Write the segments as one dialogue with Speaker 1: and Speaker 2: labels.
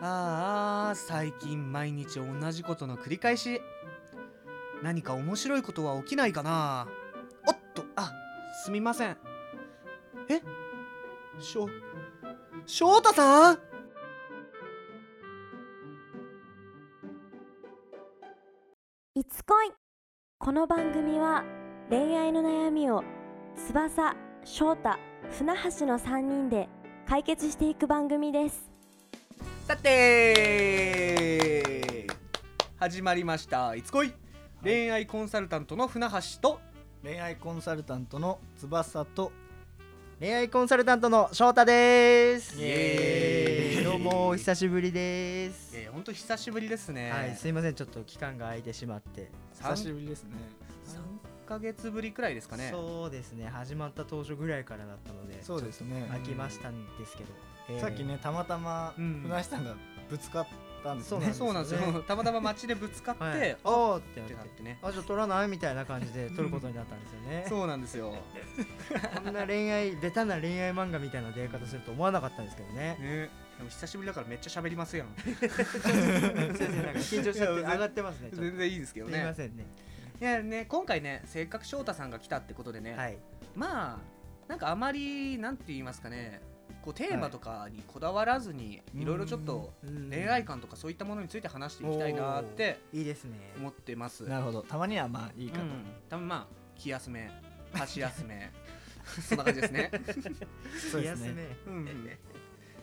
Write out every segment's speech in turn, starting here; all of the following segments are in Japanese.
Speaker 1: ああ最近毎日同じことの繰り返し何か面白いことは起きないかなおっとあすみませんえしょ翔太さん
Speaker 2: いつ恋この番組は恋愛の悩みを翼、翔太、船橋の3人で解決していく番組です
Speaker 1: さて始まりました「いつ恋」恋愛コンサルタントの船橋と
Speaker 3: 恋愛コンサルタントの翼と
Speaker 4: 恋愛コンサルタントの翔太です
Speaker 3: イエーイ
Speaker 4: どうもお久しぶりです、
Speaker 1: えー、ほんと久しぶりですね、
Speaker 4: はいすいませんちょっと期間が空いてしまって
Speaker 1: 三
Speaker 3: 久しぶりですね
Speaker 1: 3ヶ月ぶりくらいですかね
Speaker 4: そうですね始まった当初ぐらいからだったので
Speaker 3: そうですね
Speaker 4: 空きましたんですけど、えー
Speaker 3: さっきねたまたま
Speaker 1: うん
Speaker 3: 船橋さんがぶつかったんですよね
Speaker 1: そうなんです
Speaker 4: そうなんで
Speaker 1: よ
Speaker 4: す
Speaker 1: たまたま街でぶつかって、
Speaker 4: はい
Speaker 1: おっ
Speaker 4: おーってな
Speaker 1: っ
Speaker 4: っ
Speaker 1: て
Speaker 4: て
Speaker 1: なってね
Speaker 4: あじゃあ撮らないみたいな感じで撮ることになったんですよ ね
Speaker 1: そうなんですよ、
Speaker 4: こんな恋愛ベタな恋愛漫画みたいな出会い方すると思わなかったんですけどね
Speaker 1: ね、でも久しぶりだからめっちゃ喋りますやん
Speaker 4: 先生なんか緊張しちゃって上がってますねちょっ
Speaker 1: 全然いいんですけど
Speaker 4: とすいま
Speaker 1: ね
Speaker 4: せんね
Speaker 1: いやね今回ねせっかく翔太さんが来たってことでね、
Speaker 4: はい
Speaker 1: まあなんかあまりなんて言いますかねこうテーマとかにこだわらずに、
Speaker 4: い
Speaker 1: い、ろいろちょっと
Speaker 4: うん
Speaker 1: 恋愛観とかそういったものについて話していきたいなって
Speaker 4: いいですね
Speaker 1: 思ってます
Speaker 3: なるほどたまにはまあいいか
Speaker 1: う
Speaker 3: と、
Speaker 1: ん、多分まあ気休め箸休 めそんな感じですね
Speaker 3: そうで
Speaker 4: 気
Speaker 3: す
Speaker 4: 休
Speaker 3: ね
Speaker 4: め
Speaker 1: うん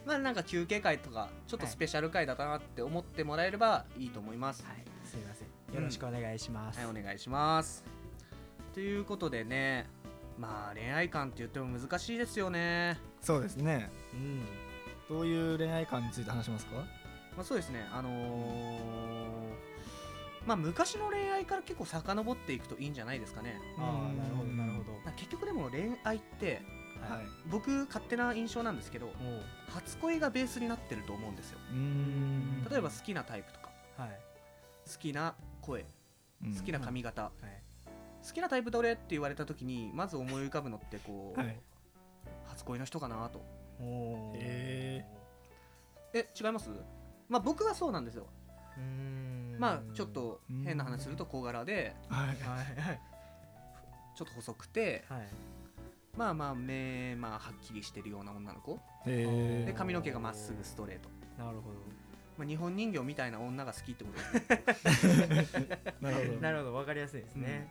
Speaker 1: まあなんか休憩会とかちょっと
Speaker 4: はい
Speaker 1: スペシャル会だなって思ってもらえればいいと思います。
Speaker 4: はい、すいません。よろしくお願いします。
Speaker 1: はい、お願いします。ということでね、まあ恋愛観って言っても難しいですよね。
Speaker 3: そうですね
Speaker 4: うん、
Speaker 3: どういう恋愛観について話しますか
Speaker 1: まあそうですね、あのーまあ昔の恋愛から結構遡っていくといいんじゃないですかね。
Speaker 4: あ
Speaker 3: う
Speaker 4: あ、
Speaker 3: ん
Speaker 4: なるほど、なるほど。
Speaker 1: まあ結局でも恋愛って
Speaker 3: はい
Speaker 1: 僕勝手な印象なんですけど、
Speaker 4: もう、
Speaker 1: 初恋がベースになってると思うんですよ。
Speaker 3: うーん
Speaker 1: 例えば好きなタイプとか、
Speaker 4: はい、
Speaker 1: 好きな声、好きな髪型、
Speaker 4: はい。
Speaker 1: 好きなタイプどれって言われた時にまず思い浮かぶのってこう、
Speaker 3: はい
Speaker 1: 初恋の人かなと
Speaker 4: おお。
Speaker 3: へ
Speaker 1: え違いますまあ僕はそうなんですよ
Speaker 4: うーん。
Speaker 1: まあちょっ。と変な話すると小柄で
Speaker 3: はい
Speaker 4: はい、はい、
Speaker 1: ちょっと細くて
Speaker 4: はい。
Speaker 1: まあまあ目まあはっきりしてるような女の子
Speaker 3: え
Speaker 1: で
Speaker 3: ー
Speaker 1: 髪の毛がまっすぐストレート、
Speaker 4: なるほ
Speaker 1: まあ、日本人形みたいな女が好きってことですね
Speaker 3: なるほ
Speaker 4: ど。
Speaker 3: ど
Speaker 4: なるほど、わかりやすいですね。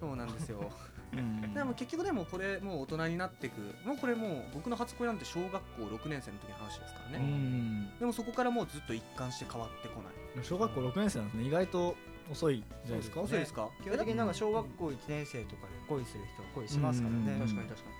Speaker 1: そうなんですよ
Speaker 3: うん
Speaker 1: でも結局でもこれもう大人になってくもうこれもう僕の初恋なんて小学校6年生の時の話ですから
Speaker 3: う
Speaker 1: ね、
Speaker 3: ん
Speaker 1: でもそこからもうずっと一貫して変わってこない
Speaker 3: 小学校6年生なんですね意外と遅いじゃないですか
Speaker 1: 遅いですか、
Speaker 4: 基本的になんか小学校一年生とかで恋する人は恋しますから
Speaker 3: う
Speaker 4: ね。
Speaker 3: ん
Speaker 1: 確かに確かに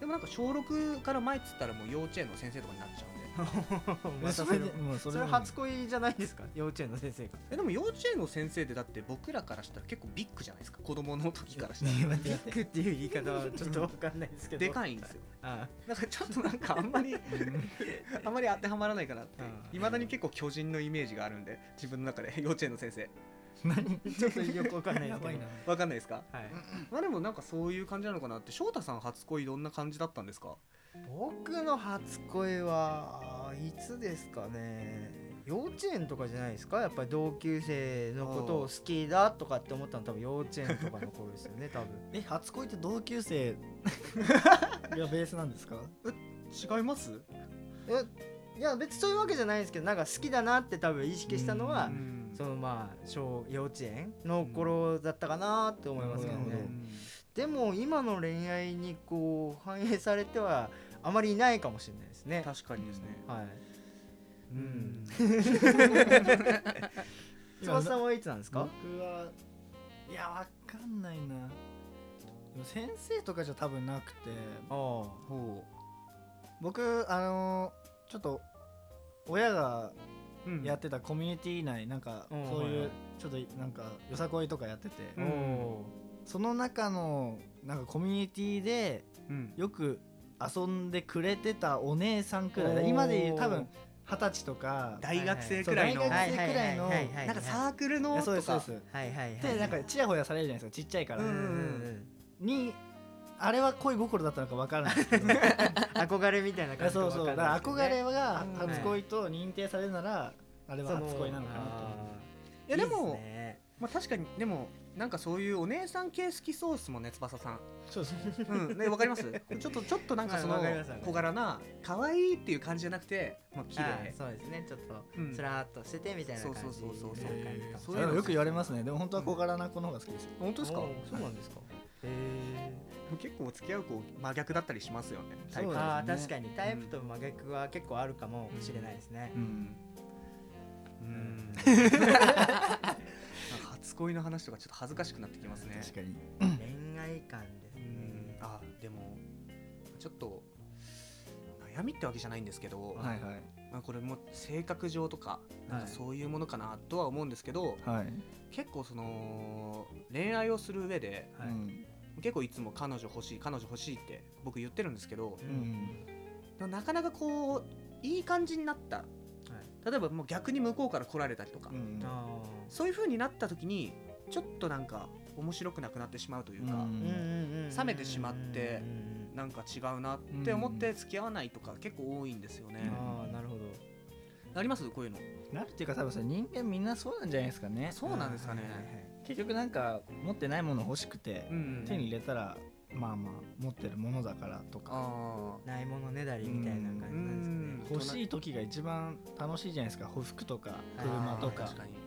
Speaker 1: でもなんか小6から前っつったらもう幼稚園の先生とかになっちゃうんで
Speaker 4: はい。
Speaker 3: え
Speaker 4: また
Speaker 3: そ
Speaker 4: それ
Speaker 3: れ
Speaker 4: も
Speaker 3: で。もうそ
Speaker 4: そ
Speaker 3: れ
Speaker 4: れ
Speaker 3: で
Speaker 4: は初恋じゃないですか幼稚園の先生が。
Speaker 1: えでも幼稚園の先生ってだって僕らからしたら結構ビッグじゃないですか子供の時からした
Speaker 4: ビ
Speaker 1: ら
Speaker 4: ッグっていう言い方はちょっとわかんないですけど。
Speaker 1: でかいんですよ
Speaker 4: あ
Speaker 1: だからちょっとなんかあんまりあんまり当てはまらないかなって
Speaker 4: うん
Speaker 1: いまだに結構巨人のイメージがあるんで自分の中で 幼稚園の先生
Speaker 3: 何
Speaker 4: あ。ちょっとよくわかん ないですけど。
Speaker 1: わかんないですか
Speaker 4: はい。
Speaker 1: まあでもなんかそういう感じなのかなって翔太さん初恋どんな感じだったんですか
Speaker 4: 僕の初恋はいつですかね幼稚園とかじゃないですかやっぱり同級生のことを好きだとかって思ったの多分幼稚園とかの頃ですよね多分
Speaker 3: え初恋って同級生がベースなんですか
Speaker 1: 違います
Speaker 4: えいや別にそういうわけじゃないんですけどなんか好きだなって多分意識したのは
Speaker 1: ん
Speaker 4: そのまあ小幼稚園の頃だったかなって思いますけど
Speaker 3: なる
Speaker 4: ね
Speaker 3: ほど
Speaker 4: でも今の恋愛にこう反映されてはあまりいないかもしれないですね
Speaker 1: 確かにですね
Speaker 4: はい うん
Speaker 1: うん
Speaker 4: 翼さんはいつなんです
Speaker 3: 僕
Speaker 4: か
Speaker 3: はいやわかんないなでも先生とかじゃ多分なくて
Speaker 4: ああ
Speaker 1: ほ
Speaker 3: 僕あのーちょっと親が
Speaker 1: ううん
Speaker 3: やってたコミュニティ内なんか
Speaker 4: うん
Speaker 3: そう
Speaker 4: はい
Speaker 3: い
Speaker 4: は
Speaker 3: う
Speaker 4: い
Speaker 3: ちょっとなんかよさこいとかやってて
Speaker 1: うん
Speaker 4: お
Speaker 3: その中のなんかコミュニティで
Speaker 1: うん
Speaker 3: よく遊んでくれてたお姉さんくらいだ
Speaker 4: おー
Speaker 3: 今で言う多分二十歳とか
Speaker 1: 大学生くらいの、
Speaker 3: そう大
Speaker 4: は
Speaker 3: 学
Speaker 4: いはいはいはいはい
Speaker 1: なんかサークルの
Speaker 3: い
Speaker 1: と
Speaker 3: や
Speaker 1: か
Speaker 3: そうですそうです
Speaker 4: はいはいはい
Speaker 3: でなんかちやほやされるじゃないですかちっちゃいか
Speaker 1: う
Speaker 3: ら、
Speaker 1: ん
Speaker 4: うんうん
Speaker 1: う
Speaker 4: うんん
Speaker 3: にあれは恋心だったのかわからないですけど
Speaker 4: 憧れみたいな感じ
Speaker 3: そうそうだから憧れが
Speaker 4: うん
Speaker 3: 初恋と認定されるなら、あれは初恋なのかなと思う
Speaker 1: いやでも
Speaker 4: ね
Speaker 1: まあ、確かにでもなんかそういうお姉さん系好きそうっすもんね翼さん
Speaker 3: そうですね
Speaker 1: うんねわか りますちょっとちょっとなんかその
Speaker 4: はいわかりますわかります
Speaker 1: 小柄な可愛いっていう感じじゃなくてまあ綺
Speaker 4: あー
Speaker 1: 麗
Speaker 4: そうですねちょっと
Speaker 1: うん
Speaker 4: スラーっとしててみたいな感じ
Speaker 1: そうそうそうそう
Speaker 4: な感じかも
Speaker 1: そういう
Speaker 3: あで
Speaker 1: の
Speaker 3: もよく言われますねでも本当は小柄な子の方が好きですよ、
Speaker 1: 本当ですか
Speaker 4: おーそうなんですかへえ
Speaker 1: でも結構付き合う子真逆だったりしますよねタイプ
Speaker 3: そうですね
Speaker 4: あー確かにタイプと真逆は結構あるかもしれないですね
Speaker 1: う、んう んなんか初恋の話とかちょっと恥ずかしくなってきますね
Speaker 3: かに
Speaker 4: 恋愛観です
Speaker 1: うん
Speaker 4: ね
Speaker 1: あでもちょっと悩みってわけじゃないんですけど、
Speaker 3: はいはい
Speaker 1: まあ、これも性格上とかなんか
Speaker 3: はい
Speaker 1: そういうものかなとは思うんですけど、
Speaker 3: はい、
Speaker 1: 結構その恋愛をする上で
Speaker 4: はい
Speaker 3: うん
Speaker 1: 結構いつも彼女欲しい彼女欲しいって僕言ってるんですけど
Speaker 4: う
Speaker 3: うんん
Speaker 1: なかなかこういい感じになった、例えばもう逆に向こうから来られたりとか、
Speaker 3: うん
Speaker 4: あ
Speaker 1: そういう風になった時にちょっとなんか面白くなくなってしまうというか、
Speaker 4: ー
Speaker 3: ん
Speaker 1: 冷めてしまって
Speaker 4: うんうん
Speaker 1: なんか違うなって思って付き合わないとか結構多いんですよね
Speaker 4: うん、ああなるほど
Speaker 1: ありますこういうの
Speaker 3: なるっていうか多分さ人間みんなそうなんじゃないですかね
Speaker 1: そうなんですかね、
Speaker 4: はいはいはい
Speaker 3: 結局なんか持ってないもの欲しくて、
Speaker 1: うん
Speaker 3: 手に入れたらまあまあ持ってるものだからとか
Speaker 1: あ
Speaker 4: ないものねだりみたいな感じなんです
Speaker 1: う
Speaker 4: かね
Speaker 1: ん
Speaker 3: 欲しい時が一番楽しいじゃないですか服とか車
Speaker 1: あ
Speaker 3: とか
Speaker 1: 確かに、うん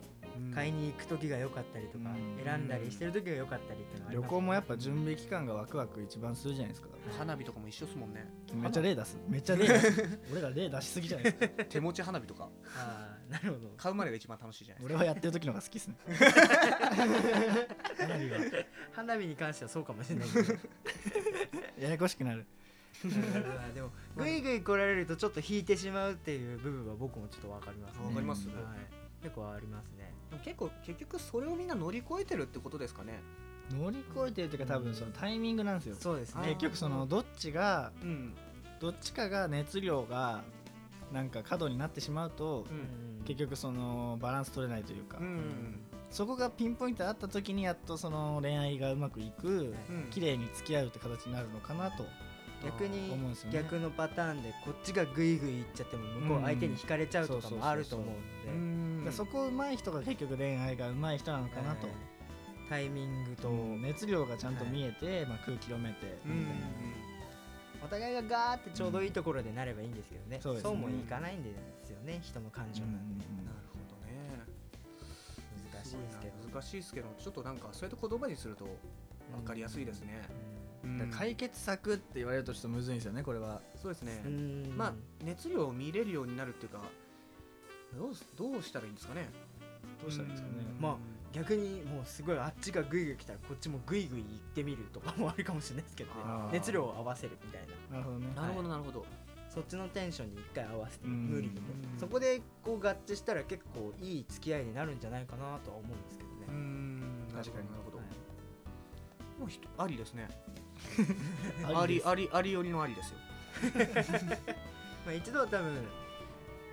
Speaker 4: 買いに行く時が良かったりとか、
Speaker 3: うん
Speaker 4: 選んだりしてる時が良かったりっていうのはあり
Speaker 3: 旅
Speaker 4: ます
Speaker 3: 行もやっぱ準備期間がワクワク一番するじゃないですか
Speaker 1: 花火とかも一緒ですもんね
Speaker 3: めっちゃ例出すめっちゃ例出す俺ら例出しすぎじゃないですか
Speaker 1: 手持ち花火とか
Speaker 4: ああなるほど
Speaker 1: 買うまでが一番楽しいじゃないです
Speaker 3: 俺はやってる時の方が好きですね
Speaker 4: 花火は 花火に関してはそうかもしれないけど
Speaker 3: ややこしくなる
Speaker 4: うんでもぐいぐい来られるとちょっと引いてしまうっていう部分は僕もちょっと分かります
Speaker 1: か
Speaker 4: ね
Speaker 1: わかります、
Speaker 3: うん
Speaker 4: はい、結構ありますね
Speaker 1: でも結構結局それをみんな乗り越えてるってことですかね
Speaker 3: 乗り越えてるっていうか多分そのタイミングなんですよ
Speaker 4: そうです
Speaker 1: あー
Speaker 4: ね
Speaker 3: 結局そのどっちが
Speaker 1: うん、
Speaker 3: どっちかが熱量がなんか過度になってしまうと
Speaker 1: う、ん
Speaker 3: 結局そのバランス取れないというか、
Speaker 1: うん
Speaker 3: そこがピンポイントあった時にやっとその恋愛がうまくいく
Speaker 1: うん
Speaker 3: 綺麗に付き合うって形になるのかなと
Speaker 4: 逆に
Speaker 3: 思うんですよね
Speaker 4: 逆のパターンでこっちがぐいぐい行っちゃっても向こう相手に惹かれちゃうとかもあると思うんで、
Speaker 1: うん
Speaker 3: そこ上手い人が結局恋愛が上手い人なのかなと、
Speaker 4: はいタイミングと、
Speaker 3: うん熱量がちゃんと見えて、まあ、空気読めて
Speaker 1: う
Speaker 3: み
Speaker 1: ん
Speaker 3: たいな、
Speaker 4: お互いがガーってちょうどいいところでなればいいんですけどね、
Speaker 3: そうですね
Speaker 4: もいかないんですよね人の感情なんで、
Speaker 1: なるほどね
Speaker 4: 難しいですけど
Speaker 1: ごいな難しいですけどちょっとなんかそうやって言葉にすると分かりやすいですね、うん
Speaker 3: だから解決策って言われるとちょっとむずいんですよねこれは
Speaker 1: そうですね、
Speaker 4: うんうん
Speaker 1: まあ熱量を見れるようになるっていうかどうすどうしたらいいんですかね
Speaker 3: どうしたらいいんですかね、
Speaker 1: うん
Speaker 4: まあ逆にもうすごいあっちがグイグイ来たらこっちもグイグイ行ってみるとかもあるかもしれないですけどね
Speaker 1: あ
Speaker 3: ー
Speaker 4: 熱量を合わせるみたいな
Speaker 3: なるほどね
Speaker 1: なるほどなるほど、
Speaker 4: そっちのテンションに一回合わせて
Speaker 3: うん
Speaker 4: 無理にね
Speaker 1: うん
Speaker 4: そこでこう合致したら結構いい付き合いになるんじゃないかなとは思うんですけどね、
Speaker 1: ん
Speaker 3: 確かに
Speaker 1: なるほど、
Speaker 4: はい
Speaker 1: もうひとありですね
Speaker 3: あ
Speaker 1: ありありありよりのありですよ
Speaker 4: まあ、一度は多分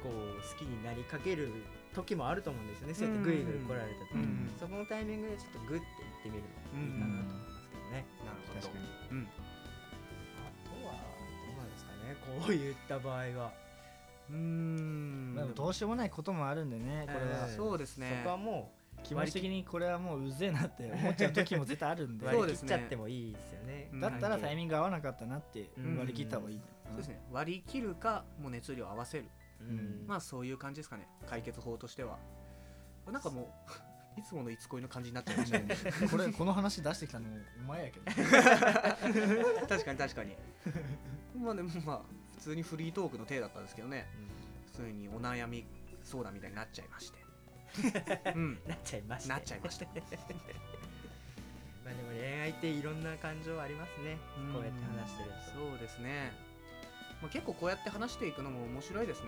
Speaker 4: こう好きになりかける時もあると思うんですよねそうやってグイグイ来られた時
Speaker 1: う
Speaker 4: に、
Speaker 1: ん
Speaker 4: そこのタイミングでちょっとグッて行ってみるのもいいかなと思いますけどね、
Speaker 1: なる
Speaker 3: 確かに
Speaker 1: うん
Speaker 4: あとはどうなんですかねこういった場合は、
Speaker 1: うーん
Speaker 3: まあでもどうしようもないこともあるんでねこれは
Speaker 4: え
Speaker 1: そうですね
Speaker 4: そこはも
Speaker 3: 気持ち的にこれはもううぜえなって思っちゃう時も絶対あるん
Speaker 4: う
Speaker 3: で
Speaker 1: そう
Speaker 4: 割
Speaker 1: で
Speaker 4: り
Speaker 1: す
Speaker 4: 切
Speaker 1: ね
Speaker 4: っちゃってもいいですよね
Speaker 1: うん
Speaker 3: だったらタイ
Speaker 4: ミ
Speaker 3: ミング合わなかったなって
Speaker 4: うん
Speaker 3: 割り切った方がいい、
Speaker 1: そう ですね割り切るかもう熱量合わせる、
Speaker 4: ン
Speaker 1: まあそういう感じですかね解決法としてはなんかもう いつものいつ恋の感じになっちゃいました ね
Speaker 3: これこの話出してきたのお前やけど
Speaker 1: 確かに確かにまあでもまあ普通にフリートークの体だったんですけどね普通にお悩み相談みたいになっちゃいましてうん
Speaker 4: なっちゃいました
Speaker 1: なっちゃいました
Speaker 4: まあでも恋愛っていろんな感情ありますね
Speaker 1: うん
Speaker 4: こうやって話してると
Speaker 1: そうですね、まあ、結構こうやって話していくのも面白いですね、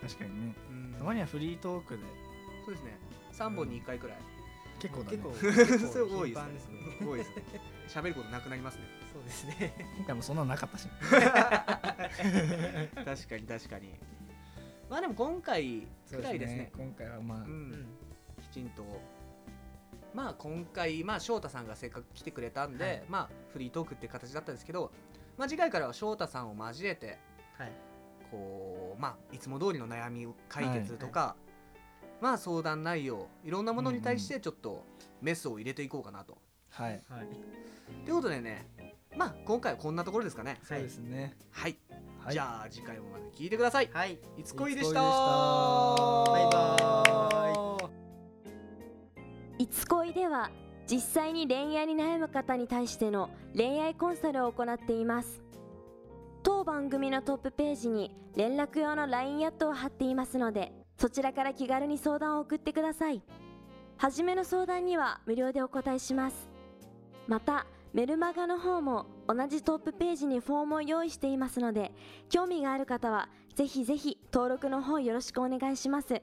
Speaker 3: 確かにね
Speaker 1: うん
Speaker 3: たまにはフリートークで
Speaker 1: そうですね3本に1回くらい、
Speaker 3: 結構だね
Speaker 4: 結 構
Speaker 1: それ多いで
Speaker 4: 頻
Speaker 1: す
Speaker 4: 繁
Speaker 1: ね
Speaker 4: ですね
Speaker 1: 多いですね喋ることなくなりますね
Speaker 4: そうですね
Speaker 3: 今回もそんなのなかったし
Speaker 1: 確かに確かにまあでも今回くらいですね
Speaker 3: 今回はまあ、
Speaker 1: う
Speaker 4: うんん
Speaker 1: きちんとまあ今回まあ翔太さんがせっかく来てくれたんで、
Speaker 4: はい
Speaker 1: まあフリートークって形だったんですけど、まあ、次回からは翔太さんを交えて
Speaker 4: はい
Speaker 1: こう、まあ、いつも通りの悩み解決とか、まあ、相談内容いろんなものに対してちょっとメスを入れていこうかなと。
Speaker 3: はい
Speaker 4: はい
Speaker 1: ということでね、まあ、今回はこんなところですかね。
Speaker 3: そうですね
Speaker 1: はい、
Speaker 3: はい
Speaker 1: じゃあ次回もまた聞いてください。
Speaker 4: はい
Speaker 1: いつこいでした
Speaker 3: いつこいでした
Speaker 4: バイバ
Speaker 3: ーイ
Speaker 2: いつ恋では実際に恋愛に悩む方に対しての恋愛コンサルを行っています当番組のトップページに連絡用の LINE アットを貼っていますのでそちらから気軽に相談を送ってください初めの相談には無料でお答えしますまたメルマガの方も同じトップページにフォームを用意していますので興味がある方はぜひぜひ登録の方よろしくお願いします